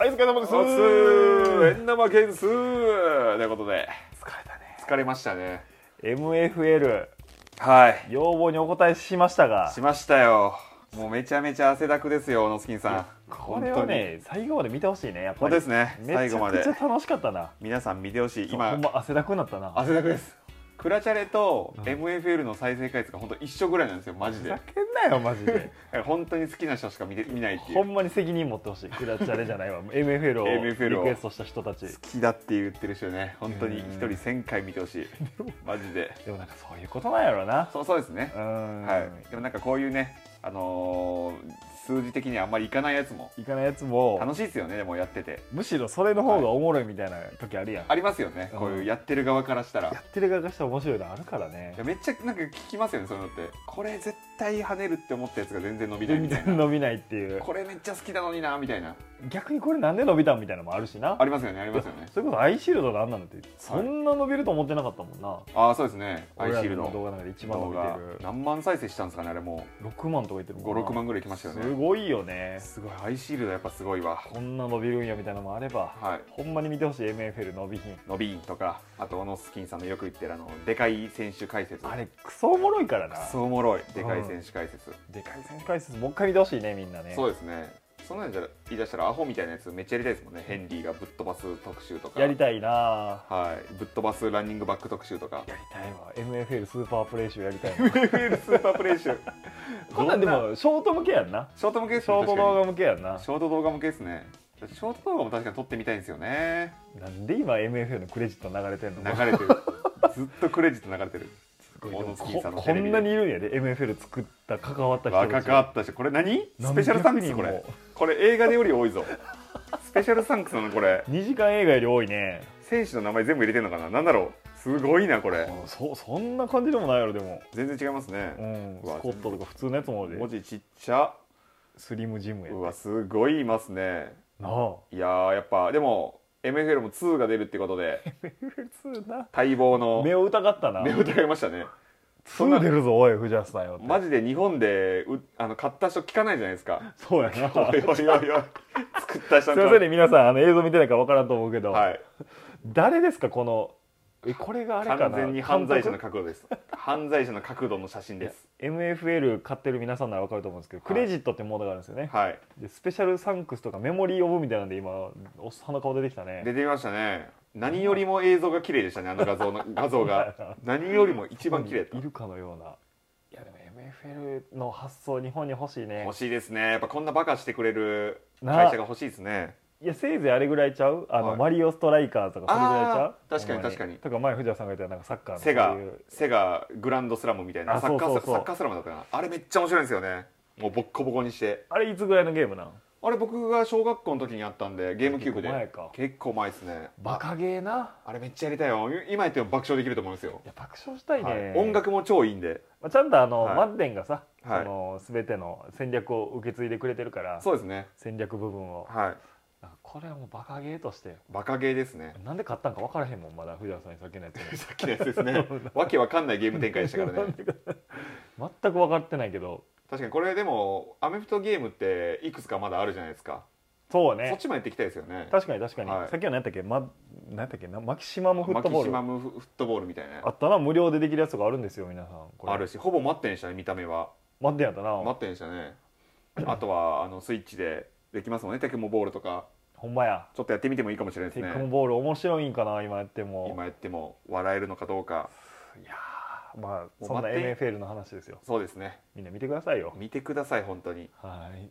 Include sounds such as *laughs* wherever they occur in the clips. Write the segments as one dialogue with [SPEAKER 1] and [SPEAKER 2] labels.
[SPEAKER 1] お疲れ様です。
[SPEAKER 2] おっすー
[SPEAKER 1] 縁生ケンスーということで、
[SPEAKER 2] 疲
[SPEAKER 1] 疲れましたね。
[SPEAKER 2] れたね MFL
[SPEAKER 1] はい。
[SPEAKER 2] 要望にお答えしましたが
[SPEAKER 1] しましたよ。もうめちゃめちゃ汗だくですよ、ノスキンさん。
[SPEAKER 2] これをね最後まで見てほしいねやっぱ
[SPEAKER 1] 本当に。本
[SPEAKER 2] り
[SPEAKER 1] 当ですね。
[SPEAKER 2] め
[SPEAKER 1] 最
[SPEAKER 2] ち
[SPEAKER 1] 後
[SPEAKER 2] ゃ
[SPEAKER 1] ま
[SPEAKER 2] く
[SPEAKER 1] で
[SPEAKER 2] ち。ゃ楽しかったな
[SPEAKER 1] 皆さん見てほしい。
[SPEAKER 2] 今ほ
[SPEAKER 1] 今
[SPEAKER 2] ん、ま汗だくになったな
[SPEAKER 1] 汗だくです。クラチャレと MFL の再生回数が本当一緒ぐらいなんですよ、マジ
[SPEAKER 2] ふ
[SPEAKER 1] で。
[SPEAKER 2] ざ
[SPEAKER 1] だか
[SPEAKER 2] けんなよマジで
[SPEAKER 1] ら本当に好きな人しか見て見ないってい
[SPEAKER 2] ほ
[SPEAKER 1] う。好
[SPEAKER 2] んまに責任持ってほしいクラッチャレじゃないわ MFL を
[SPEAKER 1] MFL を
[SPEAKER 2] リクエストした人たち
[SPEAKER 1] きだって言ってる人ね、本当に
[SPEAKER 2] うん
[SPEAKER 1] 一人1000回見てほしい。マジで。
[SPEAKER 2] でもなんかそういうことなんやろな
[SPEAKER 1] そうそうですね
[SPEAKER 2] う。ん、
[SPEAKER 1] はい、でもなんかこういうね、あのー数字的にあんまりいかないやつも
[SPEAKER 2] い、かないやつも
[SPEAKER 1] 楽しいですよねでもやってて
[SPEAKER 2] むしろそれの方がおもろいみたいな時あるやん、
[SPEAKER 1] ありますよね
[SPEAKER 2] うん
[SPEAKER 1] こういうやってる側からしたら、
[SPEAKER 2] やってる側がしたら面白いのあるからね
[SPEAKER 1] いやめっちゃなんか聞きますよねそういうのってこれ絶対跳ねるって思ったやつが全然伸びない
[SPEAKER 2] 全
[SPEAKER 1] みたい
[SPEAKER 2] 然
[SPEAKER 1] な
[SPEAKER 2] 伸びないっていう
[SPEAKER 1] これめっちゃ好きなのになみたいな
[SPEAKER 2] 逆にこれなんで伸びたんみたいなのもあるしな
[SPEAKER 1] ありますよねありますよね
[SPEAKER 2] それこそアイシールドなんなのってそんな伸びると思ってなかったもんな、
[SPEAKER 1] ああそうですねアイシール
[SPEAKER 2] 俺らの動
[SPEAKER 1] ド
[SPEAKER 2] 画の中で一番伸
[SPEAKER 1] 動
[SPEAKER 2] びて
[SPEAKER 1] 画何万再生したんですかねあれも
[SPEAKER 2] る6万とか言ってる
[SPEAKER 1] う
[SPEAKER 2] もんな
[SPEAKER 1] 56万ぐらいいきましたよ
[SPEAKER 2] す
[SPEAKER 1] ね
[SPEAKER 2] ごいよね
[SPEAKER 1] すごいアイシールドやっぱすごいわ
[SPEAKER 2] こんな伸びるんやみたいなのもあれば
[SPEAKER 1] はい
[SPEAKER 2] ほんまに見てほしい MFL 伸びひん
[SPEAKER 1] 伸びんとかあと小野スキンさんのよく言ってるあのでかい選手解説
[SPEAKER 2] あれクソおもろいからな
[SPEAKER 1] クソおもろいでかい選手解説、
[SPEAKER 2] でかい旋回数もう一回見てほしいねみんなね
[SPEAKER 1] そうですねそんなんじゃ言い出したらアホみたいなやつめっちゃやりたいですもんねヘンリーがぶっ飛ばす特集とか
[SPEAKER 2] やりたいな
[SPEAKER 1] はいぶっ飛ばすランニングバック特集
[SPEAKER 2] *laughs*
[SPEAKER 1] とか
[SPEAKER 2] やりたいわ MFL スーパープレイ集やりたい
[SPEAKER 1] *laughs* NFL スーパープレイ *laughs* 集
[SPEAKER 2] こんなんでもショート向けやんな
[SPEAKER 1] ショート向けです
[SPEAKER 2] ショート動
[SPEAKER 1] 画
[SPEAKER 2] 画向けやんな
[SPEAKER 1] ショート動画向けですねショート動画も確かに撮ってみたいんですよね
[SPEAKER 2] なんで今 MFL のクレジット流れてんの
[SPEAKER 1] 流
[SPEAKER 2] *laughs*
[SPEAKER 1] れてるずっとクレジット流れてる
[SPEAKER 2] すごい
[SPEAKER 1] 小野月さんの
[SPEAKER 2] こ
[SPEAKER 1] テレビで
[SPEAKER 2] こんなにいるんやで MFL 作った関わった人
[SPEAKER 1] 若
[SPEAKER 2] たち
[SPEAKER 1] かったしこれ何ス
[SPEAKER 2] 何
[SPEAKER 1] ペシャルサンク
[SPEAKER 2] 百
[SPEAKER 1] ス
[SPEAKER 2] 人
[SPEAKER 1] こ
[SPEAKER 2] も
[SPEAKER 1] れこれ映画でより多
[SPEAKER 2] *laughs*
[SPEAKER 1] いぞスペシャルサンクスなのこれ
[SPEAKER 2] 2時間映画より多いね
[SPEAKER 1] 選手の名前全部入れてんのかななんだろうすごいなこれ
[SPEAKER 2] そそんな感じでもないやろでも、
[SPEAKER 1] 全然違います
[SPEAKER 2] う
[SPEAKER 1] ね、
[SPEAKER 2] ん、
[SPEAKER 1] うわ
[SPEAKER 2] スコットとか普通のやつもある
[SPEAKER 1] 文
[SPEAKER 2] で
[SPEAKER 1] 字ちっちゃ
[SPEAKER 2] スリムジムや
[SPEAKER 1] うわすごいいますね
[SPEAKER 2] なあ
[SPEAKER 1] いやーやっぱでも MFL も2が出るってこ
[SPEAKER 2] *laughs*
[SPEAKER 1] とで
[SPEAKER 2] 普通な
[SPEAKER 1] 待望の
[SPEAKER 2] 目を疑ったな
[SPEAKER 1] 目を疑いましたね
[SPEAKER 2] すぐ出るぞおい藤原さんよって
[SPEAKER 1] マジで日本でうあの買った人聞かないじゃないですか
[SPEAKER 2] そうや *laughs* な
[SPEAKER 1] おい
[SPEAKER 2] すい
[SPEAKER 1] おいおいおい作った人
[SPEAKER 2] ま
[SPEAKER 1] に
[SPEAKER 2] せんね皆さんあの映像見てないから分からんと思うけど、
[SPEAKER 1] はい
[SPEAKER 2] 誰ですかこのえこれがあれかな
[SPEAKER 1] 完全に犯罪者の
[SPEAKER 2] 監督
[SPEAKER 1] 角度です犯罪者の角度の写真です
[SPEAKER 2] MFL 買ってる皆さんなら分かると思うんですけど、
[SPEAKER 1] はい
[SPEAKER 2] クレジットってものがあるんですよね、
[SPEAKER 1] はい
[SPEAKER 2] でスペシャルサンクスとかメモリーオブみたいなんで今おっさんの顔出てきたね
[SPEAKER 1] 出てみましたね何よりも映像が綺麗でしたねあの画
[SPEAKER 2] *laughs*
[SPEAKER 1] 像の画像が何よりも一番綺麗だった
[SPEAKER 2] いるかのようないやでも MFL の発想日本に欲しいね
[SPEAKER 1] 欲しいですねやっぱこんなバカしてくれる
[SPEAKER 2] な
[SPEAKER 1] 会社が欲しいですね
[SPEAKER 2] いやせいぜいあれぐらいちゃうあの、
[SPEAKER 1] はい
[SPEAKER 2] マリオストライカーズとかそれぐらいちゃう
[SPEAKER 1] あー確かに
[SPEAKER 2] ほんま
[SPEAKER 1] 確かに
[SPEAKER 2] とか前藤田さんが言ったなんかサッカーの
[SPEAKER 1] セガ
[SPEAKER 2] そういう
[SPEAKER 1] セガグランドスラムみたいな
[SPEAKER 2] あ
[SPEAKER 1] サッカー
[SPEAKER 2] そうそうそう
[SPEAKER 1] サッカースラムだったかなあれめっちゃ面白いんですよねもうボッコボコにして
[SPEAKER 2] あれいつぐらいのゲームなん
[SPEAKER 1] あれ僕が小学校の時にやったんでゲームキューブで
[SPEAKER 2] 結構前か
[SPEAKER 1] 結構前ですね
[SPEAKER 2] バカゲーな
[SPEAKER 1] あれめっちゃやりたいよ今やっても爆笑できると思うんですよ
[SPEAKER 2] い、や爆笑したいね、
[SPEAKER 1] はい音、楽も超いいんで
[SPEAKER 2] まあ、ちゃんとあの、
[SPEAKER 1] はい
[SPEAKER 2] マッデンがさ、
[SPEAKER 1] はい
[SPEAKER 2] その全ての戦略を受け継いでくれてるから
[SPEAKER 1] そうですね
[SPEAKER 2] 戦略部分を
[SPEAKER 1] はい
[SPEAKER 2] なんかこれはもうバカゲーとして
[SPEAKER 1] バカゲーで
[SPEAKER 2] *laughs*
[SPEAKER 1] すね
[SPEAKER 2] なんで買ったんか分からへんもんまだ藤田さんに先のやつ
[SPEAKER 1] *laughs* さっきのやつですねわけわかんないゲーム展開でした
[SPEAKER 2] *laughs*
[SPEAKER 1] からね
[SPEAKER 2] 全く分かってないけど
[SPEAKER 1] 確かにこれでもアメフトゲームっていくつかまだあるじゃないですか
[SPEAKER 2] そう
[SPEAKER 1] そ
[SPEAKER 2] ね
[SPEAKER 1] っちもやっていきたいですよね
[SPEAKER 2] 確かに確かに、
[SPEAKER 1] はい
[SPEAKER 2] さっきは何やったっけ、ま、何やったっけなマキシマムフッ
[SPEAKER 1] マ
[SPEAKER 2] ト
[SPEAKER 1] キ
[SPEAKER 2] ボー
[SPEAKER 1] シ
[SPEAKER 2] ル
[SPEAKER 1] マムフットボールみたいな
[SPEAKER 2] あったな無料でできるやつとかあるんですよ皆さんこれ
[SPEAKER 1] あるしほぼ待ってんでしたね見た目は
[SPEAKER 2] 待ってんやったな、
[SPEAKER 1] 待ってんでしたねあとはあのスイッチでできますもんねテクモボールとか
[SPEAKER 2] ほんまや
[SPEAKER 1] ちょっとやってみてもいいかもしれないで
[SPEAKER 2] テ
[SPEAKER 1] す
[SPEAKER 2] ックモ
[SPEAKER 1] ね
[SPEAKER 2] ボール面白いんかな今やっても
[SPEAKER 1] 今やっても笑えるのかどうか
[SPEAKER 2] いやーまあ
[SPEAKER 1] う
[SPEAKER 2] そんな
[SPEAKER 1] 待っ
[SPEAKER 2] MFL の話ですよ
[SPEAKER 1] そうですね
[SPEAKER 2] みんな見てくださいよ
[SPEAKER 1] 見てください本当にい
[SPEAKER 2] はい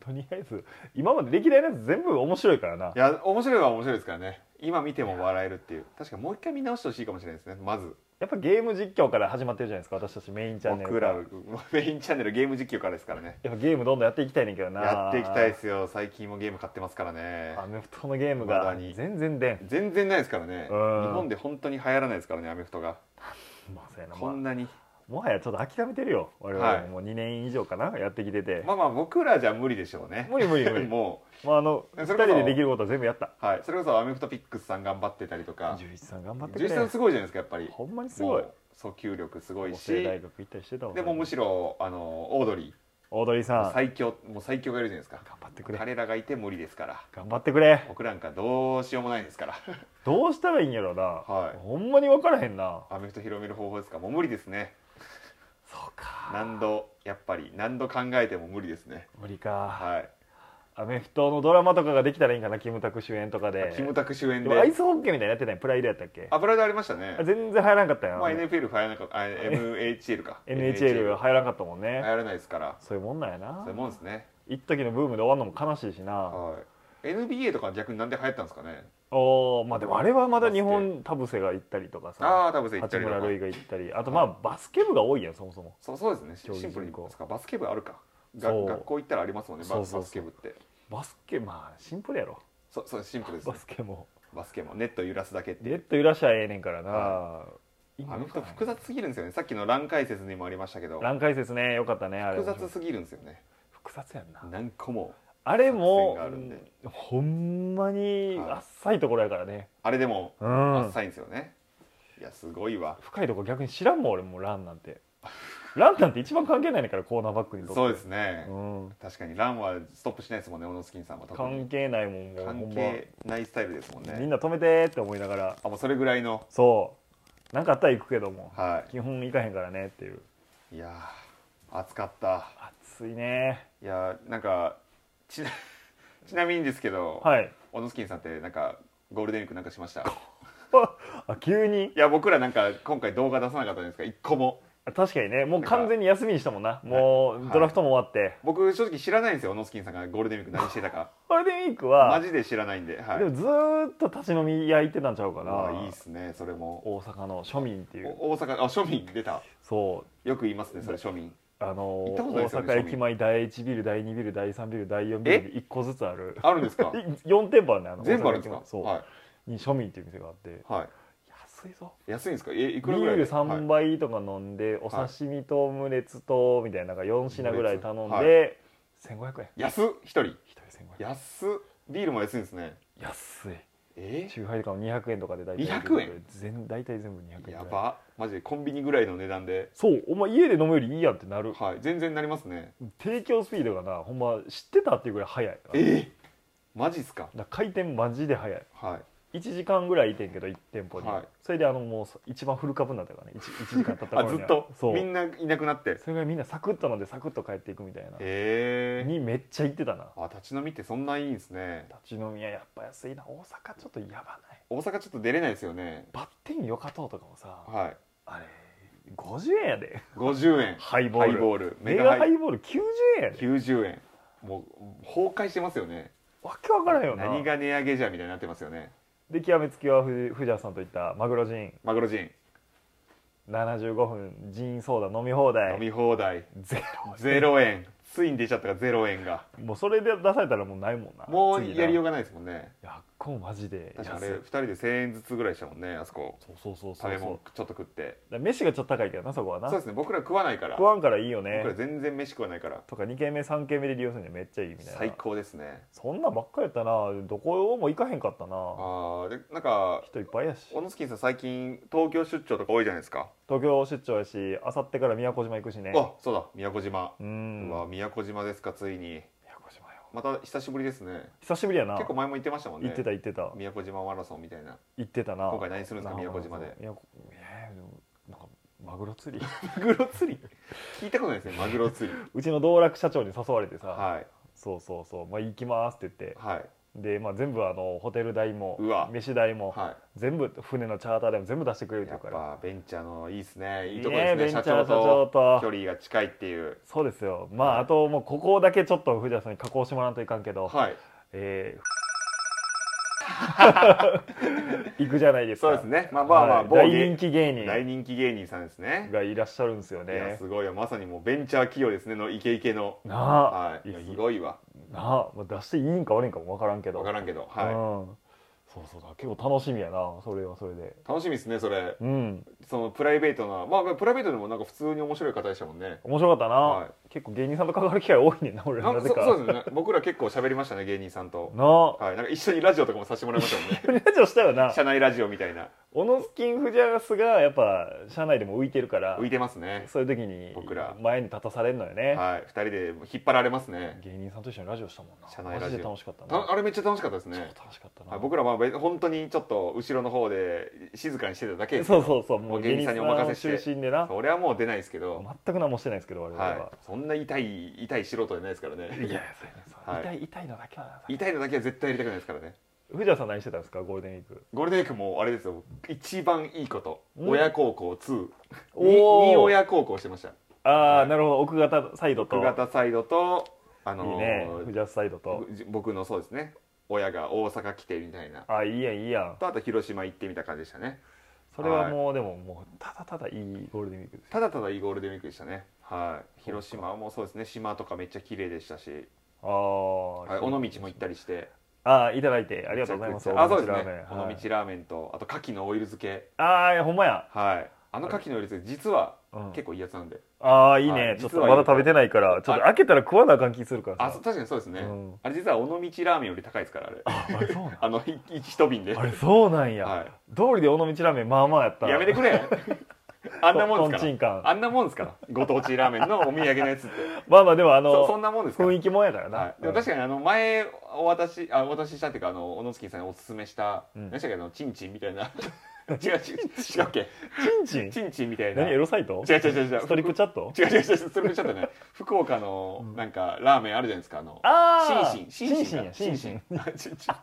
[SPEAKER 2] ととりあえず今まで歴代のやつ全部面白いからな
[SPEAKER 1] や面白いは面白いですからね今見ても笑えるっていう確かもう一回見直してほしいかもしれないですねまず
[SPEAKER 2] やっぱゲーム実況から始まってるじゃないですか私たちメインチャンネル
[SPEAKER 1] 僕
[SPEAKER 2] から
[SPEAKER 1] らメインチャンネルゲーム実況からですからね
[SPEAKER 2] やっぱゲームどんどんやっていきたいねんけどな
[SPEAKER 1] やっていきたいですすよ最近もゲーム買ってますからね
[SPEAKER 2] アメフトのゲーム
[SPEAKER 1] 未
[SPEAKER 2] が
[SPEAKER 1] だに
[SPEAKER 2] 全然出ん
[SPEAKER 1] 全然ないですからね日
[SPEAKER 2] うん
[SPEAKER 1] 本で本当に流行らないですからねアメフトが
[SPEAKER 2] まあそうやな
[SPEAKER 1] こ
[SPEAKER 2] ま
[SPEAKER 1] んなに
[SPEAKER 2] あもはやちょっと諦めてるよ我々
[SPEAKER 1] はい
[SPEAKER 2] ももう2年以上かなやってきてて、
[SPEAKER 1] まあまあ僕らじゃ無理でしょうね
[SPEAKER 2] 無理無理無理
[SPEAKER 1] *laughs* も
[SPEAKER 2] *laughs* まああの
[SPEAKER 1] え
[SPEAKER 2] 2
[SPEAKER 1] それ
[SPEAKER 2] 人
[SPEAKER 1] こ
[SPEAKER 2] で
[SPEAKER 1] そ
[SPEAKER 2] できることは全部やった
[SPEAKER 1] う、はい、それこそアメフトピックスさん頑張ってたりとか
[SPEAKER 2] 十一さん頑張って
[SPEAKER 1] 重
[SPEAKER 2] く
[SPEAKER 1] 視さ
[SPEAKER 2] れ
[SPEAKER 1] んすごいじゃないですかやっぱり
[SPEAKER 2] ほんまにすごい
[SPEAKER 1] もう訴求力すごい
[SPEAKER 2] 法
[SPEAKER 1] し
[SPEAKER 2] 政大学行ったりしてたもん
[SPEAKER 1] でもうむしろあのオードリ
[SPEAKER 2] オードリーさん頑
[SPEAKER 1] 最強もう最強がいるじゃないですか
[SPEAKER 2] 張ってくれ
[SPEAKER 1] 彼らがいて無理ですから
[SPEAKER 2] 頑張ってくれ
[SPEAKER 1] 僕なんかどうしようもないですから *laughs*
[SPEAKER 2] どうしたらいいんやろな、
[SPEAKER 1] はい
[SPEAKER 2] ほんまに分からへんな
[SPEAKER 1] アメフト広める方法ですかもう無理ですね
[SPEAKER 2] そうか
[SPEAKER 1] 何度やっぱり何度考えても無理ですね
[SPEAKER 2] 無理か、
[SPEAKER 1] はい、
[SPEAKER 2] アメフトのドラマとかができたらいいんかなキムタク主演とかで
[SPEAKER 1] キムタク主演
[SPEAKER 2] でもアイ
[SPEAKER 1] で
[SPEAKER 2] スホッケーみたいなのやってないプライドやったっけ
[SPEAKER 1] 油でありましたね
[SPEAKER 2] 全然入らんかったよ、
[SPEAKER 1] まあ NFL 入らなかったあ MHL か
[SPEAKER 2] NHL 入らんかったもんね、
[SPEAKER 1] 入らないですから
[SPEAKER 2] そういうもんなんや
[SPEAKER 1] そ
[SPEAKER 2] な
[SPEAKER 1] ういうもんですね
[SPEAKER 2] 一時のブームで終わるのも悲しいしな
[SPEAKER 1] はい、NBA とか逆になんで流行ったんですかね
[SPEAKER 2] おーまあでもあれはまだ日本田臥が行ったりとかさ
[SPEAKER 1] ああ田臥行った
[SPEAKER 2] 八
[SPEAKER 1] りと
[SPEAKER 2] 村
[SPEAKER 1] か
[SPEAKER 2] 塁が行ったりあとまあバスケ部が多いやんそもそも
[SPEAKER 1] そうそうです
[SPEAKER 2] 競
[SPEAKER 1] ね
[SPEAKER 2] 技
[SPEAKER 1] シンプルに
[SPEAKER 2] 人口
[SPEAKER 1] そっかバスケ部あるかが
[SPEAKER 2] そう
[SPEAKER 1] 学校行ったらありますもんねバ
[SPEAKER 2] そうそうそう
[SPEAKER 1] バスケ部って
[SPEAKER 2] バスケまあシンプルやろ
[SPEAKER 1] そうそうシンプルです、
[SPEAKER 2] バ
[SPEAKER 1] ね、
[SPEAKER 2] スケも
[SPEAKER 1] バスケもネット揺らすだけって
[SPEAKER 2] ネット揺らしゃええねんからな、
[SPEAKER 1] は
[SPEAKER 2] 今
[SPEAKER 1] あの人複雑すぎるんですよねさっきの乱解説にもありましたけど
[SPEAKER 2] 乱解説ねよかったねあれ
[SPEAKER 1] 複雑すぎるんですよね
[SPEAKER 2] 複雑やんな
[SPEAKER 1] 何個も
[SPEAKER 2] あれ
[SPEAKER 1] 作
[SPEAKER 2] も
[SPEAKER 1] 戦があるんで
[SPEAKER 2] ほんまに
[SPEAKER 1] はい
[SPEAKER 2] 浅いところやからね、
[SPEAKER 1] あれでも
[SPEAKER 2] うん
[SPEAKER 1] 浅いんですよね、いやすごいわ
[SPEAKER 2] 深いとこ逆に知らんもん俺もうランなんてランなんて一番関係ないねんからコーナーバックにとって
[SPEAKER 1] そうですね、
[SPEAKER 2] うん、
[SPEAKER 1] 確かにランはストップしないですもんね小野スキンさんは特
[SPEAKER 2] 関
[SPEAKER 1] に
[SPEAKER 2] 係ないもんもう
[SPEAKER 1] 関
[SPEAKER 2] ほん
[SPEAKER 1] 係ないスタイルですもん
[SPEAKER 2] まみん
[SPEAKER 1] ね
[SPEAKER 2] な止めてって思いながら
[SPEAKER 1] あもうそれぐらいの
[SPEAKER 2] そうなんかあったら行くけども、
[SPEAKER 1] は
[SPEAKER 2] 基本行かへんからねっていう
[SPEAKER 1] いいやー暑かった
[SPEAKER 2] 暑いね
[SPEAKER 1] いやーなんかち *laughs* なちなみにですけど、
[SPEAKER 2] はい
[SPEAKER 1] 小野スキンさんってなんかゴールデンウィークなんかしましたい
[SPEAKER 2] あ急に
[SPEAKER 1] や僕らなんか今回動画出さなかったじゃないですか一個も
[SPEAKER 2] あ確かにねもう
[SPEAKER 1] なんか
[SPEAKER 2] 完全に休みにしたもんなも
[SPEAKER 1] は
[SPEAKER 2] う
[SPEAKER 1] い
[SPEAKER 2] ドラフトも終わって、
[SPEAKER 1] 僕正直知らないんですよ小野スキンさんがゴールデンウィーク何してたか
[SPEAKER 2] ゴールデンウィーク
[SPEAKER 1] マ
[SPEAKER 2] は
[SPEAKER 1] ジで知らないんではい
[SPEAKER 2] でもずーっと立ち飲み屋行ってたんちゃうか
[SPEAKER 1] う
[SPEAKER 2] な
[SPEAKER 1] わいいっすねそれも
[SPEAKER 2] 大阪の庶民っていう
[SPEAKER 1] お大阪あ庶民出た
[SPEAKER 2] そう
[SPEAKER 1] よく言いますねそれ庶民
[SPEAKER 2] あの
[SPEAKER 1] 行ったことな
[SPEAKER 2] 大
[SPEAKER 1] いですよね
[SPEAKER 2] 阪駅前第1ビル第2ビル第3ビル第4ビルに1個ずつある
[SPEAKER 1] あるんで
[SPEAKER 2] *laughs*
[SPEAKER 1] すか
[SPEAKER 2] 4店舗あるねあの
[SPEAKER 1] 全部あるんです
[SPEAKER 2] 大阪駅
[SPEAKER 1] か
[SPEAKER 2] 前そう、
[SPEAKER 1] は
[SPEAKER 2] に庶民っていう店があって
[SPEAKER 1] い、はい、
[SPEAKER 2] 安いぞ
[SPEAKER 1] 安いんですかえいく
[SPEAKER 2] ビ
[SPEAKER 1] らぐら
[SPEAKER 2] ー
[SPEAKER 1] いで
[SPEAKER 2] ル3
[SPEAKER 1] は
[SPEAKER 2] 杯とか飲んで、お刺身とオムレツとみたいななんか4品ぐらい頼んで、
[SPEAKER 1] オム
[SPEAKER 2] 1500円
[SPEAKER 1] い、安っ一人
[SPEAKER 2] 一人1500円
[SPEAKER 1] 安っビールも安いんですね
[SPEAKER 2] 安い
[SPEAKER 1] え
[SPEAKER 2] 中杯とかも200円とかで大体
[SPEAKER 1] 200円
[SPEAKER 2] 全大体全部200円ぐらい
[SPEAKER 1] やばマジでコンビニぐらいの値段で
[SPEAKER 2] そうお前家で飲むよりいいやんってなる
[SPEAKER 1] はい全然なりますね
[SPEAKER 2] 提供スピードがなほんま知ってたっていうぐらい早いだ
[SPEAKER 1] え
[SPEAKER 2] か
[SPEAKER 1] ーマジっすから
[SPEAKER 2] 回転マジで早い
[SPEAKER 1] はい
[SPEAKER 2] 1時間ぐらいいてんけど1店舗に、
[SPEAKER 1] はい
[SPEAKER 2] それであのもう一番フル株になったからね 1, 時間経った
[SPEAKER 1] あ
[SPEAKER 2] 頃
[SPEAKER 1] ず
[SPEAKER 2] に
[SPEAKER 1] っと
[SPEAKER 2] そう
[SPEAKER 1] みんないなくなって
[SPEAKER 2] それぐらいみんなサクッと飲んでサクッと帰っていくみたいな
[SPEAKER 1] ええ
[SPEAKER 2] にめっちゃ行ってたな
[SPEAKER 1] あ立ち飲みってそんないいんですね
[SPEAKER 2] 立ち飲み屋やっぱ安いな大阪ちょっとやばない
[SPEAKER 1] 大阪ちょっと出れないですよね
[SPEAKER 2] バッテンよかとうとかもさ
[SPEAKER 1] はい
[SPEAKER 2] あれ50円やで
[SPEAKER 1] 50円
[SPEAKER 2] ハイボ
[SPEAKER 1] ハ
[SPEAKER 2] ー
[SPEAKER 1] イ
[SPEAKER 2] ル
[SPEAKER 1] ボール
[SPEAKER 2] メ
[SPEAKER 1] メ
[SPEAKER 2] ガ
[SPEAKER 1] ガ
[SPEAKER 2] ハ
[SPEAKER 1] ハ
[SPEAKER 2] イ
[SPEAKER 1] イ
[SPEAKER 2] ボール90円やで
[SPEAKER 1] 90円もう崩壊してますよね
[SPEAKER 2] わけわからんよな
[SPEAKER 1] 何が値上げじゃみたいになってますよね
[SPEAKER 2] で極めつきは藤藤原さんといったマグロジン
[SPEAKER 1] マグロジン
[SPEAKER 2] 75分ジンソーダ飲み放題
[SPEAKER 1] 飲み放題
[SPEAKER 2] ゼロ
[SPEAKER 1] 0円ついに出ちゃったから0円が
[SPEAKER 2] もうそれで出されたらもうないもんな
[SPEAKER 1] もう
[SPEAKER 2] 次な
[SPEAKER 1] やりようがないですもんね
[SPEAKER 2] いやっこマジで
[SPEAKER 1] 確かあれ
[SPEAKER 2] 安い
[SPEAKER 1] 2人で1000円ずつぐらいでしたもんねあそこ
[SPEAKER 2] そうそうそうそ
[SPEAKER 1] 食べ
[SPEAKER 2] うそう
[SPEAKER 1] 物ちょっと食って
[SPEAKER 2] だから飯がちょっと高いけどなそこはな
[SPEAKER 1] そうですね僕ら食わないから
[SPEAKER 2] 食わんからいいよね
[SPEAKER 1] 僕ら全然飯食わないから
[SPEAKER 2] とか2軒目3軒目で利用するにはめっちゃいいみたいな
[SPEAKER 1] 最高ですね
[SPEAKER 2] そんなんばっかりやったなどこも行かへんかったな
[SPEAKER 1] ああでなんか
[SPEAKER 2] 人いっぱいやし
[SPEAKER 1] 小野スキンさん最近東京出張とか多いじゃないですか、
[SPEAKER 2] 東京出張やしあさってから宮古島行くしね
[SPEAKER 1] あそうだ宮古島
[SPEAKER 2] う、
[SPEAKER 1] うんわ宮古島ですかついに
[SPEAKER 2] 宮古島よ
[SPEAKER 1] また久しぶりですね
[SPEAKER 2] 久しぶりやな
[SPEAKER 1] 結構前も言ってましたもんね
[SPEAKER 2] 行ってた行ってた
[SPEAKER 1] 宮古島マラソンみたいな
[SPEAKER 2] 行ってたな
[SPEAKER 1] 今回何するんですか
[SPEAKER 2] な
[SPEAKER 1] 宮古島で
[SPEAKER 2] 宮古えーでもなんかマグロ釣り *laughs*
[SPEAKER 1] マグロ釣り聞いたことないですねマグロ釣り
[SPEAKER 2] うちの道楽社長に誘われてさ、
[SPEAKER 1] はい
[SPEAKER 2] そうそうそう、まあ、行きますって言って
[SPEAKER 1] はい
[SPEAKER 2] で、まあ、全部あのホテル代も
[SPEAKER 1] うわ
[SPEAKER 2] 飯代も、
[SPEAKER 1] は
[SPEAKER 2] 全部船のチャーター代も全部出してくれる
[SPEAKER 1] い
[SPEAKER 2] って
[SPEAKER 1] や
[SPEAKER 2] 言う
[SPEAKER 1] っ
[SPEAKER 2] から
[SPEAKER 1] ぱベンチャーのいいですねいい
[SPEAKER 2] ね
[SPEAKER 1] とこですね
[SPEAKER 2] ベンチャ
[SPEAKER 1] 社
[SPEAKER 2] ー社
[SPEAKER 1] 長
[SPEAKER 2] 長
[SPEAKER 1] と
[SPEAKER 2] と
[SPEAKER 1] 距離が近いっていう
[SPEAKER 2] そうですよまあ、
[SPEAKER 1] はい
[SPEAKER 2] あともうここだけちょっと藤田さんに加工してもらわんといかんけど、
[SPEAKER 1] はい
[SPEAKER 2] えー *laughs* 行くじゃないですか
[SPEAKER 1] そうですねまあまあまあ、
[SPEAKER 2] はい
[SPEAKER 1] 某
[SPEAKER 2] 大
[SPEAKER 1] 芸
[SPEAKER 2] 人気芸
[SPEAKER 1] 大
[SPEAKER 2] 人
[SPEAKER 1] 人気芸人さんですね
[SPEAKER 2] がいらっしゃるんですよ
[SPEAKER 1] いや
[SPEAKER 2] ね
[SPEAKER 1] すごいよまさにもうベンチャー企業ですねのイケイケの
[SPEAKER 2] なあ、
[SPEAKER 1] はいいやすごいわ
[SPEAKER 2] なあ、まあ、出していいんか悪いんかも分からんけど
[SPEAKER 1] 分からんけどは
[SPEAKER 2] うん、そうそうだ結構楽しみやなそれはそれで
[SPEAKER 1] い楽しみですねそれ
[SPEAKER 2] うん
[SPEAKER 1] そのプライベートなまあまあプライベートでもなんか普通に面白い方でしたもんね
[SPEAKER 2] 面白かったな、
[SPEAKER 1] はい
[SPEAKER 2] 結構芸人さんと関わる機会多いねんな俺
[SPEAKER 1] な
[SPEAKER 2] ら
[SPEAKER 1] ん
[SPEAKER 2] なぜ
[SPEAKER 1] かそ
[SPEAKER 2] か
[SPEAKER 1] そうですね僕ら結構喋りましたね芸人さんと
[SPEAKER 2] なあ *laughs*
[SPEAKER 1] はいなんか一緒にラジオとかもさせてもらいましたもんね
[SPEAKER 2] ラジオしたよな
[SPEAKER 1] 社内ラジオみたいな
[SPEAKER 2] オノスキン・フジャガスがやっぱ社内でも浮いてるから
[SPEAKER 1] 浮いてますね
[SPEAKER 2] そういう時に
[SPEAKER 1] 僕ら
[SPEAKER 2] 前に立たされるのよね、
[SPEAKER 1] はい2人で引っ張られますね
[SPEAKER 2] 芸人さんと一緒にラジオしたもんな
[SPEAKER 1] 社内ラジオ
[SPEAKER 2] マジで楽しかったな
[SPEAKER 1] たあれめっちゃ楽しかったですね
[SPEAKER 2] 超楽しかった
[SPEAKER 1] は
[SPEAKER 2] ない
[SPEAKER 1] 僕らはべ本当にちょっと後ろの方で静かにしてただけです
[SPEAKER 2] そ
[SPEAKER 1] けど
[SPEAKER 2] うそうそう
[SPEAKER 1] も
[SPEAKER 2] も
[SPEAKER 1] う
[SPEAKER 2] う
[SPEAKER 1] 芸
[SPEAKER 2] 芸人
[SPEAKER 1] 人
[SPEAKER 2] さ
[SPEAKER 1] さん
[SPEAKER 2] んに
[SPEAKER 1] にお
[SPEAKER 2] お
[SPEAKER 1] 任
[SPEAKER 2] 任
[SPEAKER 1] せ
[SPEAKER 2] せ
[SPEAKER 1] して
[SPEAKER 2] 中心でな
[SPEAKER 1] それはもう出ないですけど、
[SPEAKER 2] 全く何もしてないですけど我々
[SPEAKER 1] は、
[SPEAKER 2] はい
[SPEAKER 1] そんな痛い痛い素人じゃないですからね
[SPEAKER 2] いやそうやねそう
[SPEAKER 1] はい
[SPEAKER 2] 痛い痛いのだけはな
[SPEAKER 1] 痛いのだけは絶対やりたくないですからね
[SPEAKER 2] 藤田さん何してたんですかゴールデンウィーク
[SPEAKER 1] ゴールデンウィークもあれですよ一番いいこと
[SPEAKER 2] うん
[SPEAKER 1] 親孝行2
[SPEAKER 2] おー
[SPEAKER 1] にに親孝行してました
[SPEAKER 2] ああ、
[SPEAKER 1] はい
[SPEAKER 2] なるほど奥方サイドと
[SPEAKER 1] 奥方サイドとあの
[SPEAKER 2] いいね藤田サイドと
[SPEAKER 1] じ僕のそうですね親が大阪来てみたいな
[SPEAKER 2] あいいやんいいやん
[SPEAKER 1] とあと広島行ってみた感じでしたね
[SPEAKER 2] それはもうでももうただただいいゴールデンウィークですよ
[SPEAKER 1] ただただいいゴールデンウィークでしたねはい広島もそうですね島とかめっちゃ綺麗でしたし、
[SPEAKER 2] ああ
[SPEAKER 1] はい、尾道も行ったりして
[SPEAKER 2] ああいただいてありがとうございます
[SPEAKER 1] あそうですね尾
[SPEAKER 2] 尾道ラーメン
[SPEAKER 1] 道ラ
[SPEAKER 2] はい
[SPEAKER 1] ーメンとあと牡蠣のオイル漬け
[SPEAKER 2] ああほんまや
[SPEAKER 1] はいあの牡蠣のオイル漬け実は
[SPEAKER 2] うん
[SPEAKER 1] 結構いいやつなんで、
[SPEAKER 2] ああいいね、
[SPEAKER 1] はい
[SPEAKER 2] ちょっと
[SPEAKER 1] 実はい
[SPEAKER 2] ま
[SPEAKER 1] い
[SPEAKER 2] だ食べてないからちょっと開けたら食わなあかん気するからさ
[SPEAKER 1] あそう確かにそうですね、
[SPEAKER 2] うん
[SPEAKER 1] あれ実は尾道ラーメンより高いですからあれ
[SPEAKER 2] ああれそうなん
[SPEAKER 1] あのい一瓶で
[SPEAKER 2] あれそうなんや、
[SPEAKER 1] はい
[SPEAKER 2] 通りで尾道ラーメンまあまあやった
[SPEAKER 1] やめて
[SPEAKER 2] *laughs*
[SPEAKER 1] くれあんなもん
[SPEAKER 2] と
[SPEAKER 1] で
[SPEAKER 2] んち
[SPEAKER 1] す
[SPEAKER 2] ん
[SPEAKER 1] か
[SPEAKER 2] かん
[SPEAKER 1] らあんなもんですからご当地ラーメンのお土産の
[SPEAKER 2] *laughs*
[SPEAKER 1] やつって
[SPEAKER 2] まあまあでもあ
[SPEAKER 1] そそ
[SPEAKER 2] の
[SPEAKER 1] んなもんですから
[SPEAKER 2] 雰囲気もんやからな、
[SPEAKER 1] はい、でも確
[SPEAKER 2] か
[SPEAKER 1] かにあの前お渡しあお渡ししたっていうかあの小野月さんにおすすめした、
[SPEAKER 2] うん
[SPEAKER 1] 何でしたっけあのチンチンみ
[SPEAKER 2] *laughs*
[SPEAKER 1] たいな *laughs* 違う違う違うっけ
[SPEAKER 2] にチンチン
[SPEAKER 1] チンチンみたいな
[SPEAKER 2] 何エロサイト
[SPEAKER 1] 違う違う違う違う
[SPEAKER 2] ストリップチャット
[SPEAKER 1] 違う違う違うそれもちょっ
[SPEAKER 2] *laughs*
[SPEAKER 1] とね福岡のなんかラーメンあるじゃないですかあの
[SPEAKER 2] ああ
[SPEAKER 1] シンシンシンシン
[SPEAKER 2] や
[SPEAKER 1] か
[SPEAKER 2] シ
[SPEAKER 1] シ
[SPEAKER 2] ン
[SPEAKER 1] ン
[SPEAKER 2] シ
[SPEAKER 1] シ
[SPEAKER 2] ン
[SPEAKER 1] ンチンチン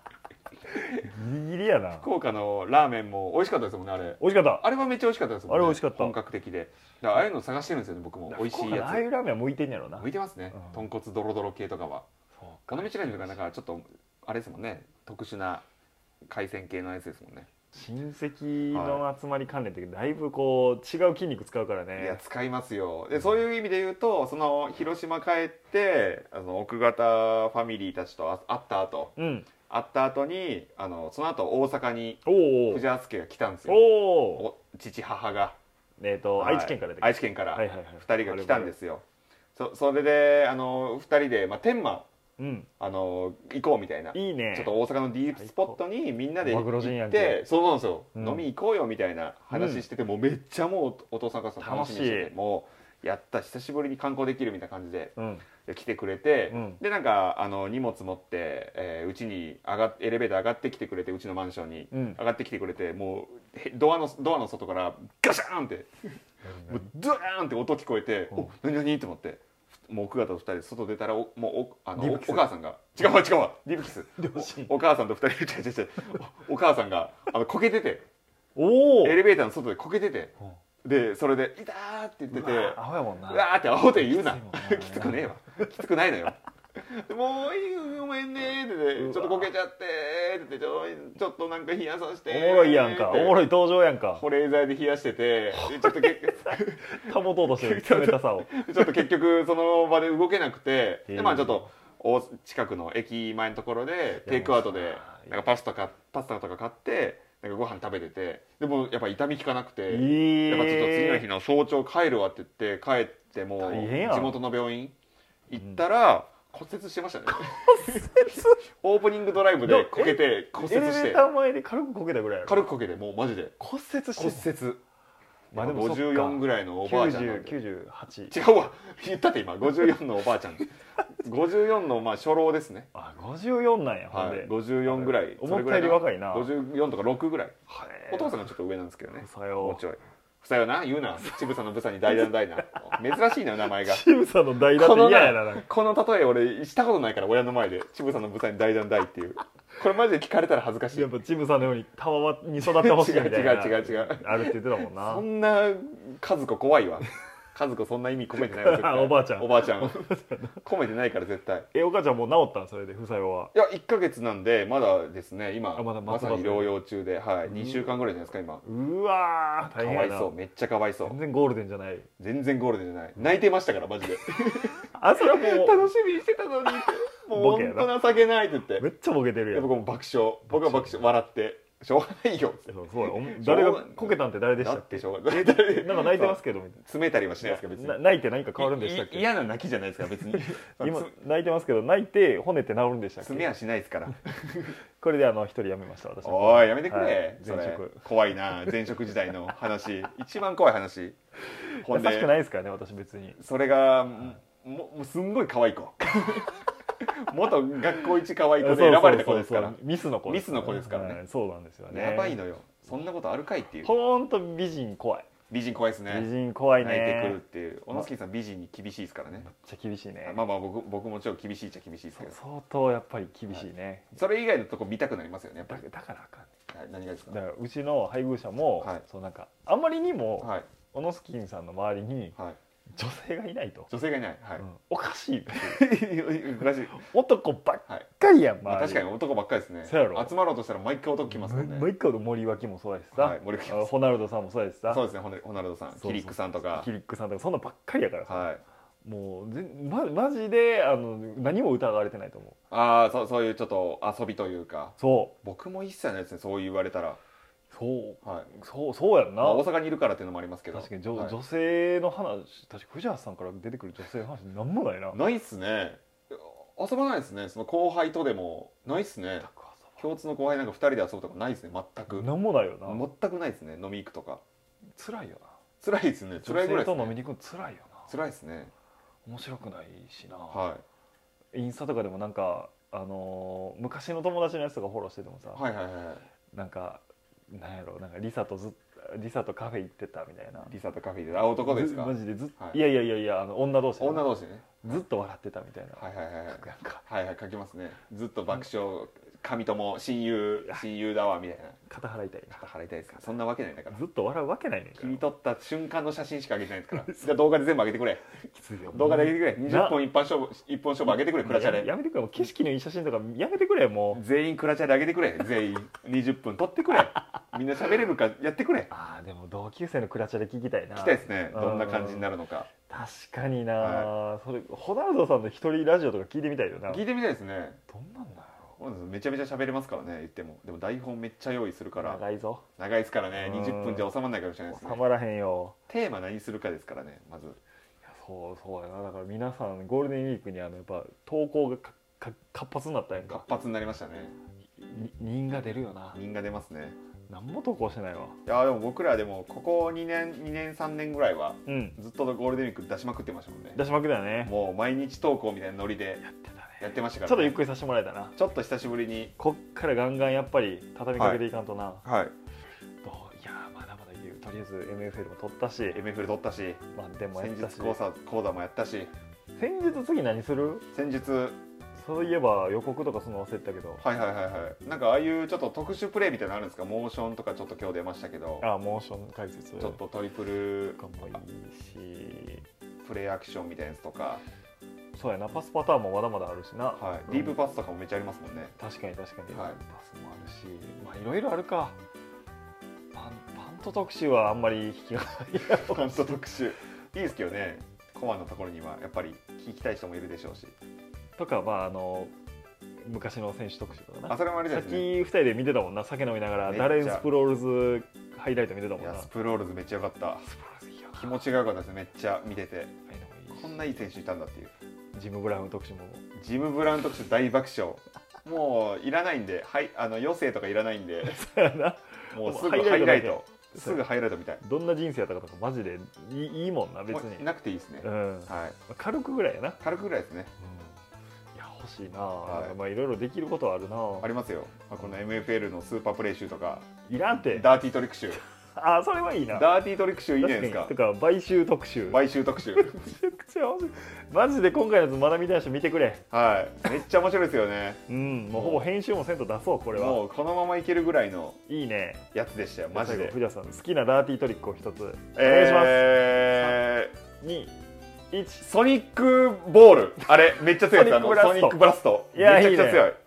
[SPEAKER 2] ギリギリやな
[SPEAKER 1] *laughs* 福岡のラーメンも美味しかったですもんねあれ
[SPEAKER 2] 美味しかった
[SPEAKER 1] あれはめっちゃ美味しかったですもんね
[SPEAKER 2] あれ美味しかった
[SPEAKER 1] 本格的でだからああいうの探してるんですよね僕も美味しい
[SPEAKER 2] 福岡のああい
[SPEAKER 1] や
[SPEAKER 2] うラーメンは向いてんやろな
[SPEAKER 1] つ向いてますね、
[SPEAKER 2] うん
[SPEAKER 1] 豚骨ドロドロ系とかは
[SPEAKER 2] そう
[SPEAKER 1] この道ラーメンがなんかちょっとあれですもんね特殊な海鮮系のやつですもんね、
[SPEAKER 2] 親戚の集まり関連ってだいぶこう違う筋肉使うから
[SPEAKER 1] いや
[SPEAKER 2] ね
[SPEAKER 1] 使いますよでそういう意味で言うとその広島帰ってあの奥方ファミリーたちとあ会った後
[SPEAKER 2] うん
[SPEAKER 1] 会った後にあのその後大阪に
[SPEAKER 2] おお
[SPEAKER 1] 藤原家が来たんですよ
[SPEAKER 2] おお
[SPEAKER 1] お父母が、
[SPEAKER 2] えっと、
[SPEAKER 1] はい
[SPEAKER 2] 愛知県からだっ
[SPEAKER 1] 愛知県から
[SPEAKER 2] はいはいはい
[SPEAKER 1] 2人が来たんですよそそれであの2人で、まあ、天満
[SPEAKER 2] けうん
[SPEAKER 1] あの行こうみたいない
[SPEAKER 2] いね
[SPEAKER 1] ちょっと大阪のディープスポットにみんなで
[SPEAKER 2] マグ
[SPEAKER 1] 行
[SPEAKER 2] ロ人や
[SPEAKER 1] っ
[SPEAKER 2] ん
[SPEAKER 1] て
[SPEAKER 2] け
[SPEAKER 1] そうなんですよ、
[SPEAKER 2] うん
[SPEAKER 1] 飲み行こうよみたいな話してて、もうめっちゃもうお父さんお母さん楽しみにして
[SPEAKER 2] 楽
[SPEAKER 1] てもうやった久しぶりに観光できるみたいな感じで
[SPEAKER 2] うん
[SPEAKER 1] で来てくれて、
[SPEAKER 2] うん
[SPEAKER 1] でなんかあの荷物持ってえーうち、に上がっエレベーター上がってきてくれてうちのマンションに、
[SPEAKER 2] うん
[SPEAKER 1] 上がってきてくれてもうへドアのドアの外からガシャーンってもうドーンって音聞こえて「
[SPEAKER 2] うん
[SPEAKER 1] お何何?」と思って。もう奥方と二人で外出たらおもうおあの
[SPEAKER 2] ディー
[SPEAKER 1] お
[SPEAKER 2] プキス
[SPEAKER 1] お母さんが違うわ違うわディープキス
[SPEAKER 2] 両親
[SPEAKER 1] お母さんと二人で違う違う違うおお母さんがあのこけてて
[SPEAKER 2] おお
[SPEAKER 1] エレベーターの外でこけてて
[SPEAKER 2] うん
[SPEAKER 1] でそれで「痛ー」って言ってて「うわ
[SPEAKER 2] アホやもんな
[SPEAKER 1] ー」ってアホで言うな
[SPEAKER 2] きついもんな
[SPEAKER 1] きつくねえわきつくないのよでもういいごめんねーって言って
[SPEAKER 2] うわ
[SPEAKER 1] ちょっとこけちゃってーって言ってちょちょっとなんか冷やさせて
[SPEAKER 2] お
[SPEAKER 1] ー
[SPEAKER 2] もろいやんか
[SPEAKER 1] って
[SPEAKER 2] おもろい登場やんか
[SPEAKER 1] 保冷剤で冷やしててでちょっとけ
[SPEAKER 2] 保とうとしてる冷たさを
[SPEAKER 1] *laughs* ちょっと結局その場で動けなくて
[SPEAKER 2] へー
[SPEAKER 1] でまあちょっとお近くの駅前のところでテイクアウト
[SPEAKER 2] い
[SPEAKER 1] で
[SPEAKER 2] や
[SPEAKER 1] なんかパスタかパスタとか買ってなんかご飯食べててでもやっぱ痛み引かなくて、
[SPEAKER 2] いい
[SPEAKER 1] やっぱちょっと次の日の早朝帰るわって言って帰ってもう
[SPEAKER 2] 大変やん
[SPEAKER 1] 地元の病院行ったら骨折してましたね *laughs* オープニングドライブでこけて骨
[SPEAKER 2] エレベ
[SPEAKER 1] 折して
[SPEAKER 2] ーター前で軽くこけたぐらいやろ
[SPEAKER 1] 軽くこけてもうマジで
[SPEAKER 2] 骨折して
[SPEAKER 1] 骨
[SPEAKER 2] る
[SPEAKER 1] 折
[SPEAKER 2] まあでもそっか
[SPEAKER 1] 54ぐらいのおばあちゃんなんで
[SPEAKER 2] 90 98
[SPEAKER 1] 違うわ言ったって今54のおばあちゃん54のまあ初老ですね
[SPEAKER 2] あ54なんやほん
[SPEAKER 1] は
[SPEAKER 2] で
[SPEAKER 1] い54ぐらい
[SPEAKER 2] 思
[SPEAKER 1] それ
[SPEAKER 2] っ
[SPEAKER 1] ぐ
[SPEAKER 2] たよ
[SPEAKER 1] らい
[SPEAKER 2] り
[SPEAKER 1] な
[SPEAKER 2] 若いな
[SPEAKER 1] 54とか6ぐらいお父
[SPEAKER 2] さ
[SPEAKER 1] さんがちょっと上なんですけどね
[SPEAKER 2] さ
[SPEAKER 1] も
[SPEAKER 2] よ
[SPEAKER 1] うちょいふさよな言うなちぶさのぶさに大胆大
[SPEAKER 2] *laughs*
[SPEAKER 1] な珍しいな名前が
[SPEAKER 2] チムさんの代打って嫌やななんか
[SPEAKER 1] この例え俺したことないから親の前でちぶさのぶさに大胆大っていうこれマジで聞かれたら恥ずかしい
[SPEAKER 2] やっぱチムさんのようにたわわに育ってほしいみた *laughs* いな
[SPEAKER 1] *laughs* 違う違う違う違う
[SPEAKER 2] あるって言ってたもんな
[SPEAKER 1] そんな和子怖いわ和子そんな意味込めてないわ絶対
[SPEAKER 2] お *laughs* ばあちゃん
[SPEAKER 1] おばあちゃん込めてないから絶対
[SPEAKER 2] えお母ちゃんもう治ったんそれで不作用はい
[SPEAKER 1] や1か月なんでまだですね今
[SPEAKER 2] あま
[SPEAKER 1] ま
[SPEAKER 2] だ
[SPEAKER 1] さに療養中で、はい、2週間ぐらいじゃないですか今
[SPEAKER 2] うわー
[SPEAKER 1] か
[SPEAKER 2] 大変
[SPEAKER 1] わ
[SPEAKER 2] や
[SPEAKER 1] い
[SPEAKER 2] な
[SPEAKER 1] そうめっちゃかわいそう
[SPEAKER 2] 全然ゴールデンじゃない
[SPEAKER 1] 全然ゴールデンじゃない泣いてましたからマ
[SPEAKER 2] *laughs*
[SPEAKER 1] ジで
[SPEAKER 2] あそれはも
[SPEAKER 1] 楽しみにしてたのに
[SPEAKER 2] *laughs*
[SPEAKER 1] ってもう
[SPEAKER 2] ボケ
[SPEAKER 1] 本
[SPEAKER 2] やな
[SPEAKER 1] 当情けないって言って
[SPEAKER 2] うめっちゃボケてる
[SPEAKER 1] い
[SPEAKER 2] や
[SPEAKER 1] や
[SPEAKER 2] ん
[SPEAKER 1] 僕も爆笑僕は爆笑笑ってしょうがないよっつっ
[SPEAKER 2] そうそうお誰がこけたんって誰
[SPEAKER 1] て
[SPEAKER 2] でし
[SPEAKER 1] だ
[SPEAKER 2] た
[SPEAKER 1] っ
[SPEAKER 2] っけ
[SPEAKER 1] てしょうがない
[SPEAKER 2] え
[SPEAKER 1] だって
[SPEAKER 2] なんか泣いてますけどみたい
[SPEAKER 1] 詰めたりはしない
[SPEAKER 2] な
[SPEAKER 1] ですか別に
[SPEAKER 2] な泣いて何か変わるんでしたっけ
[SPEAKER 1] いい嫌な泣きじゃないですから
[SPEAKER 2] *laughs*
[SPEAKER 1] 別に
[SPEAKER 2] 今
[SPEAKER 1] 今
[SPEAKER 2] 泣いてますけど泣いて骨って治るんでしたっ
[SPEAKER 1] 詰め
[SPEAKER 2] け
[SPEAKER 1] はしないで
[SPEAKER 2] *laughs*
[SPEAKER 1] すから
[SPEAKER 2] これであの一人辞めました私は
[SPEAKER 1] おいやめてくれ、
[SPEAKER 2] はい
[SPEAKER 1] それ
[SPEAKER 2] 前職
[SPEAKER 1] 怖いな前職時代の話一番怖い話ほ
[SPEAKER 2] *laughs* 優
[SPEAKER 1] ん
[SPEAKER 2] しくな
[SPEAKER 1] で
[SPEAKER 2] いですからね私別に
[SPEAKER 1] それがももうすんごい可愛い子 *laughs* 元学校一可愛い子で選ばれた子ですか
[SPEAKER 2] そう
[SPEAKER 1] ら
[SPEAKER 2] そうそうミスの子です
[SPEAKER 1] ミスの子ですからね
[SPEAKER 2] はいそうなんですよね
[SPEAKER 1] やばいのよそんなことあるかいっていう
[SPEAKER 2] ほんと美人怖い
[SPEAKER 1] 美人怖いですね
[SPEAKER 2] 美人怖いね
[SPEAKER 1] 泣いてくるっていう小野助さん美人に厳しいですからね
[SPEAKER 2] めっちゃ厳しいね
[SPEAKER 1] まあまあ僕僕もちろん厳しいっちゃ厳しいです
[SPEAKER 2] そ
[SPEAKER 1] けど
[SPEAKER 2] 相当やっぱり厳しいね
[SPEAKER 1] それ以外のとこ見たくなりますよねやっぱ
[SPEAKER 2] だ
[SPEAKER 1] り
[SPEAKER 2] だからあかんね
[SPEAKER 1] はい何がですか
[SPEAKER 2] だからうちの配偶者も
[SPEAKER 1] はい
[SPEAKER 2] そうなんかあまりにも
[SPEAKER 1] はい
[SPEAKER 2] オノスキンさんの周りに
[SPEAKER 1] はい
[SPEAKER 2] 女性がいないと
[SPEAKER 1] 女性がいないは
[SPEAKER 2] うんおかしい
[SPEAKER 1] いおかしい
[SPEAKER 2] *laughs* 男ばっ
[SPEAKER 1] はい
[SPEAKER 2] かりやん
[SPEAKER 1] まあ、
[SPEAKER 2] 周
[SPEAKER 1] 確
[SPEAKER 2] り
[SPEAKER 1] かに男ばっかりですね
[SPEAKER 2] そうやろ
[SPEAKER 1] 集まろうとしたら毎回男来ますもんね
[SPEAKER 2] もう一個の森脇もそうやし
[SPEAKER 1] は
[SPEAKER 2] さ
[SPEAKER 1] い、森脇
[SPEAKER 2] あホナルドさんもそうやしさ
[SPEAKER 1] そうですねホネホナルドさん
[SPEAKER 2] そうそう
[SPEAKER 1] キリックさんとか
[SPEAKER 2] キリックさんとかそんなばっかりやからさ、
[SPEAKER 1] はい
[SPEAKER 2] もうぜま、マジであの何も疑われてないと思う
[SPEAKER 1] ああそうそういうちょっと遊びというか
[SPEAKER 2] そ
[SPEAKER 1] 僕も一切ないですねそう言われたら、
[SPEAKER 2] うそう
[SPEAKER 1] はい
[SPEAKER 2] そうそうやんな、
[SPEAKER 1] まあ、大阪にいるからっていうのもありますけど
[SPEAKER 2] 確かに女,、
[SPEAKER 1] はい
[SPEAKER 2] 女性の話確か藤原さんから出てくる女性の話なんもないな
[SPEAKER 1] ないっすね遊ばないですねその後輩とでもないっすね共通の後輩なんか2人で遊ぶとかないですね全く
[SPEAKER 2] なんもないよな、
[SPEAKER 1] 全くないですね飲み行くとか
[SPEAKER 2] 辛いよな
[SPEAKER 1] 辛いですね辛
[SPEAKER 2] 女
[SPEAKER 1] い
[SPEAKER 2] 性
[SPEAKER 1] ぐらいです
[SPEAKER 2] と飲み
[SPEAKER 1] ね
[SPEAKER 2] に行くの辛いよな
[SPEAKER 1] 辛いですね
[SPEAKER 2] 面白くないしな、
[SPEAKER 1] は
[SPEAKER 2] インスタとかでもなんかあのー昔の友達のやつとかフォローしててもさ、
[SPEAKER 1] いはいはいはいはい
[SPEAKER 2] なんかなんやろなんかリサとずっリサとカフェ行ってたみたいな
[SPEAKER 1] リサとカフェであ男ですか
[SPEAKER 2] ずマジでずっ、
[SPEAKER 1] はい
[SPEAKER 2] い、やいやいやいやあの女同士で
[SPEAKER 1] 女同士でね
[SPEAKER 2] ずっと笑ってたみたいな、
[SPEAKER 1] はいはいはいはい
[SPEAKER 2] なんか
[SPEAKER 1] はいはい書きますねずっと爆笑神友親友親友だわみたいな
[SPEAKER 2] 肩払いたいな
[SPEAKER 1] 肩払いたいですかそんなわけないんだから
[SPEAKER 2] ずっと笑うわけないねんから
[SPEAKER 1] 切り取った瞬間の写真しか上げてないです
[SPEAKER 2] *laughs*
[SPEAKER 1] からじゃあ動画で全部上げてくれ動画で上げてくれ
[SPEAKER 2] な
[SPEAKER 1] 20本一般勝負一本勝負上げてくれクラチャ
[SPEAKER 2] や
[SPEAKER 1] で
[SPEAKER 2] やめてくれもう景色のいい写真とかやめてくれもう
[SPEAKER 1] 全員クラチャで上げてくれ全員20分撮って
[SPEAKER 2] *laughs*
[SPEAKER 1] くれみんな喋れるかやってくれ
[SPEAKER 2] ああでも同級生のクラチャで聞きたいな
[SPEAKER 1] 聞きたいですねどんな感じにな
[SPEAKER 2] る
[SPEAKER 1] るのか
[SPEAKER 2] 確かにな、
[SPEAKER 1] は
[SPEAKER 2] それホナルドさんの一人ラジオとか聞いてみたいよなど
[SPEAKER 1] 聞いてみたいですね
[SPEAKER 2] んなんだろ
[SPEAKER 1] めちゃめちゃ喋れますからね言ってもでも台本めっちゃ用意するか
[SPEAKER 2] う
[SPEAKER 1] ら
[SPEAKER 2] 長いぞ
[SPEAKER 1] 長いですからね
[SPEAKER 2] うん
[SPEAKER 1] 20分じゃ収まらないかもしれないです
[SPEAKER 2] 収
[SPEAKER 1] ね
[SPEAKER 2] まらへんよ
[SPEAKER 1] テーマ何するかですからねまず
[SPEAKER 2] いやそうそうやなだから皆さんゴールデンウィークにあのやっぱ投稿がかか活発になったやん
[SPEAKER 1] 活
[SPEAKER 2] か
[SPEAKER 1] 発になりましたね
[SPEAKER 2] に人が出るよな
[SPEAKER 1] 人が出ますね
[SPEAKER 2] 何も投稿してないわ
[SPEAKER 1] いやーでも僕らでもここ2年2年3年ぐらいは
[SPEAKER 2] うん
[SPEAKER 1] ずっとゴールデンウィーク出しまくってましたもんね
[SPEAKER 2] 出しまくりだよね
[SPEAKER 1] もう毎日投稿みたいなノリで
[SPEAKER 2] やってたね
[SPEAKER 1] やってましたから、ね、
[SPEAKER 2] ちょっとゆっくりさせてもらえたな
[SPEAKER 1] ちょっと久しぶりに
[SPEAKER 2] こっからガンガンやっぱり畳みかけていかんとな、
[SPEAKER 1] はい
[SPEAKER 2] どういやーまだまだ言うとりあえず MFL も取ったし
[SPEAKER 1] MFL 撮ったし
[SPEAKER 2] 満点もや
[SPEAKER 1] 戦
[SPEAKER 2] ったし
[SPEAKER 1] 術講座講座もやったし
[SPEAKER 2] 先日次何する
[SPEAKER 1] 戦術
[SPEAKER 2] そういえば予告とかその忘れてたけど
[SPEAKER 1] はいはいはいはいなんかああいうちょっと特殊プレーみたいなのあるんですかモーションとかちょっと今日出ましたけど
[SPEAKER 2] あモーション解説
[SPEAKER 1] ちょっとトリプル
[SPEAKER 2] とかもいいし
[SPEAKER 1] プレーアクションみたいなやつとか、
[SPEAKER 2] そうやなパスパターンもまだまだあるしな、
[SPEAKER 1] はい、ディープパスとかもめっちゃありますもんね
[SPEAKER 2] 確かに確かに、
[SPEAKER 1] はい
[SPEAKER 2] パスもあるしまあいろいろあるかパンパント特集はあんまり引きがない *laughs* やろ
[SPEAKER 1] パント特集いいですけどねコアのところにはやっぱり聞きたい人もいるでしょうし
[SPEAKER 2] とかまああの昔の選手特集とかな
[SPEAKER 1] あそれもあれじ
[SPEAKER 2] さ
[SPEAKER 1] ゃ
[SPEAKER 2] っ
[SPEAKER 1] ない
[SPEAKER 2] き
[SPEAKER 1] ですね
[SPEAKER 2] 2人で見てたもんな酒飲みながら
[SPEAKER 1] めっちゃ
[SPEAKER 2] ダレン・スプロールズハイライト見てたも
[SPEAKER 1] い
[SPEAKER 2] んな
[SPEAKER 1] や
[SPEAKER 2] ス
[SPEAKER 1] ス
[SPEAKER 2] プ
[SPEAKER 1] プロールズめっちゃ良かった
[SPEAKER 2] ロールズいいよな
[SPEAKER 1] 気持ちが良かったですめっちゃ見てて
[SPEAKER 2] ああいうのもいいし
[SPEAKER 1] こんないい選手いたんだっていう
[SPEAKER 2] ジム・ブラウン特集も *laughs*
[SPEAKER 1] ジム・ブラウン特集大爆笑もういらないんではいあの余生とかいらないんで
[SPEAKER 2] そうやな
[SPEAKER 1] もうすぐ
[SPEAKER 2] ハ
[SPEAKER 1] ハ
[SPEAKER 2] イライトだけ
[SPEAKER 1] イライト
[SPEAKER 2] そう
[SPEAKER 1] すぐハイライトみたい
[SPEAKER 2] どんな人生やったかとかマジでいいいいもんな別
[SPEAKER 1] もう
[SPEAKER 2] に、
[SPEAKER 1] なくていいですね、
[SPEAKER 2] う
[SPEAKER 1] は
[SPEAKER 2] ん、
[SPEAKER 1] い
[SPEAKER 2] 軽くぐらいやな、
[SPEAKER 1] 軽くぐらいですね
[SPEAKER 2] いや欲しいな、
[SPEAKER 1] はい
[SPEAKER 2] い、まあいろいろできることはあるな
[SPEAKER 1] ありますよ、まあ、この MFL のスーパープレイ集とか
[SPEAKER 2] いらんって
[SPEAKER 1] ダーティートリック集
[SPEAKER 2] あそれはいいな
[SPEAKER 1] ダーティートリック集いいじゃないですか
[SPEAKER 2] 確かにとか買収特集め
[SPEAKER 1] 買収
[SPEAKER 2] *laughs*
[SPEAKER 1] 特集
[SPEAKER 2] ちゃくちゃ面白いマジで今回のやつまだ見たい人見てくれ
[SPEAKER 1] はいめっちゃ面白いですよね
[SPEAKER 2] うんもうほぼ編集もせんと出そうこれは
[SPEAKER 1] もうこのままいけるぐらいの
[SPEAKER 2] いいね
[SPEAKER 1] やつでしたよマジ
[SPEAKER 2] 最後
[SPEAKER 1] で
[SPEAKER 2] 藤田さん好きなダーティートリックを一つお願いします、
[SPEAKER 1] え
[SPEAKER 2] 2 1
[SPEAKER 1] ー、ソニックボールあれめっちゃ強いやつあのソ
[SPEAKER 2] ソ
[SPEAKER 1] ニ
[SPEAKER 2] ニッ
[SPEAKER 1] ック
[SPEAKER 2] ク
[SPEAKER 1] ブ
[SPEAKER 2] ブ
[SPEAKER 1] ラスト
[SPEAKER 2] いや
[SPEAKER 1] めちゃくちゃ強
[SPEAKER 2] い
[SPEAKER 1] い
[SPEAKER 2] いね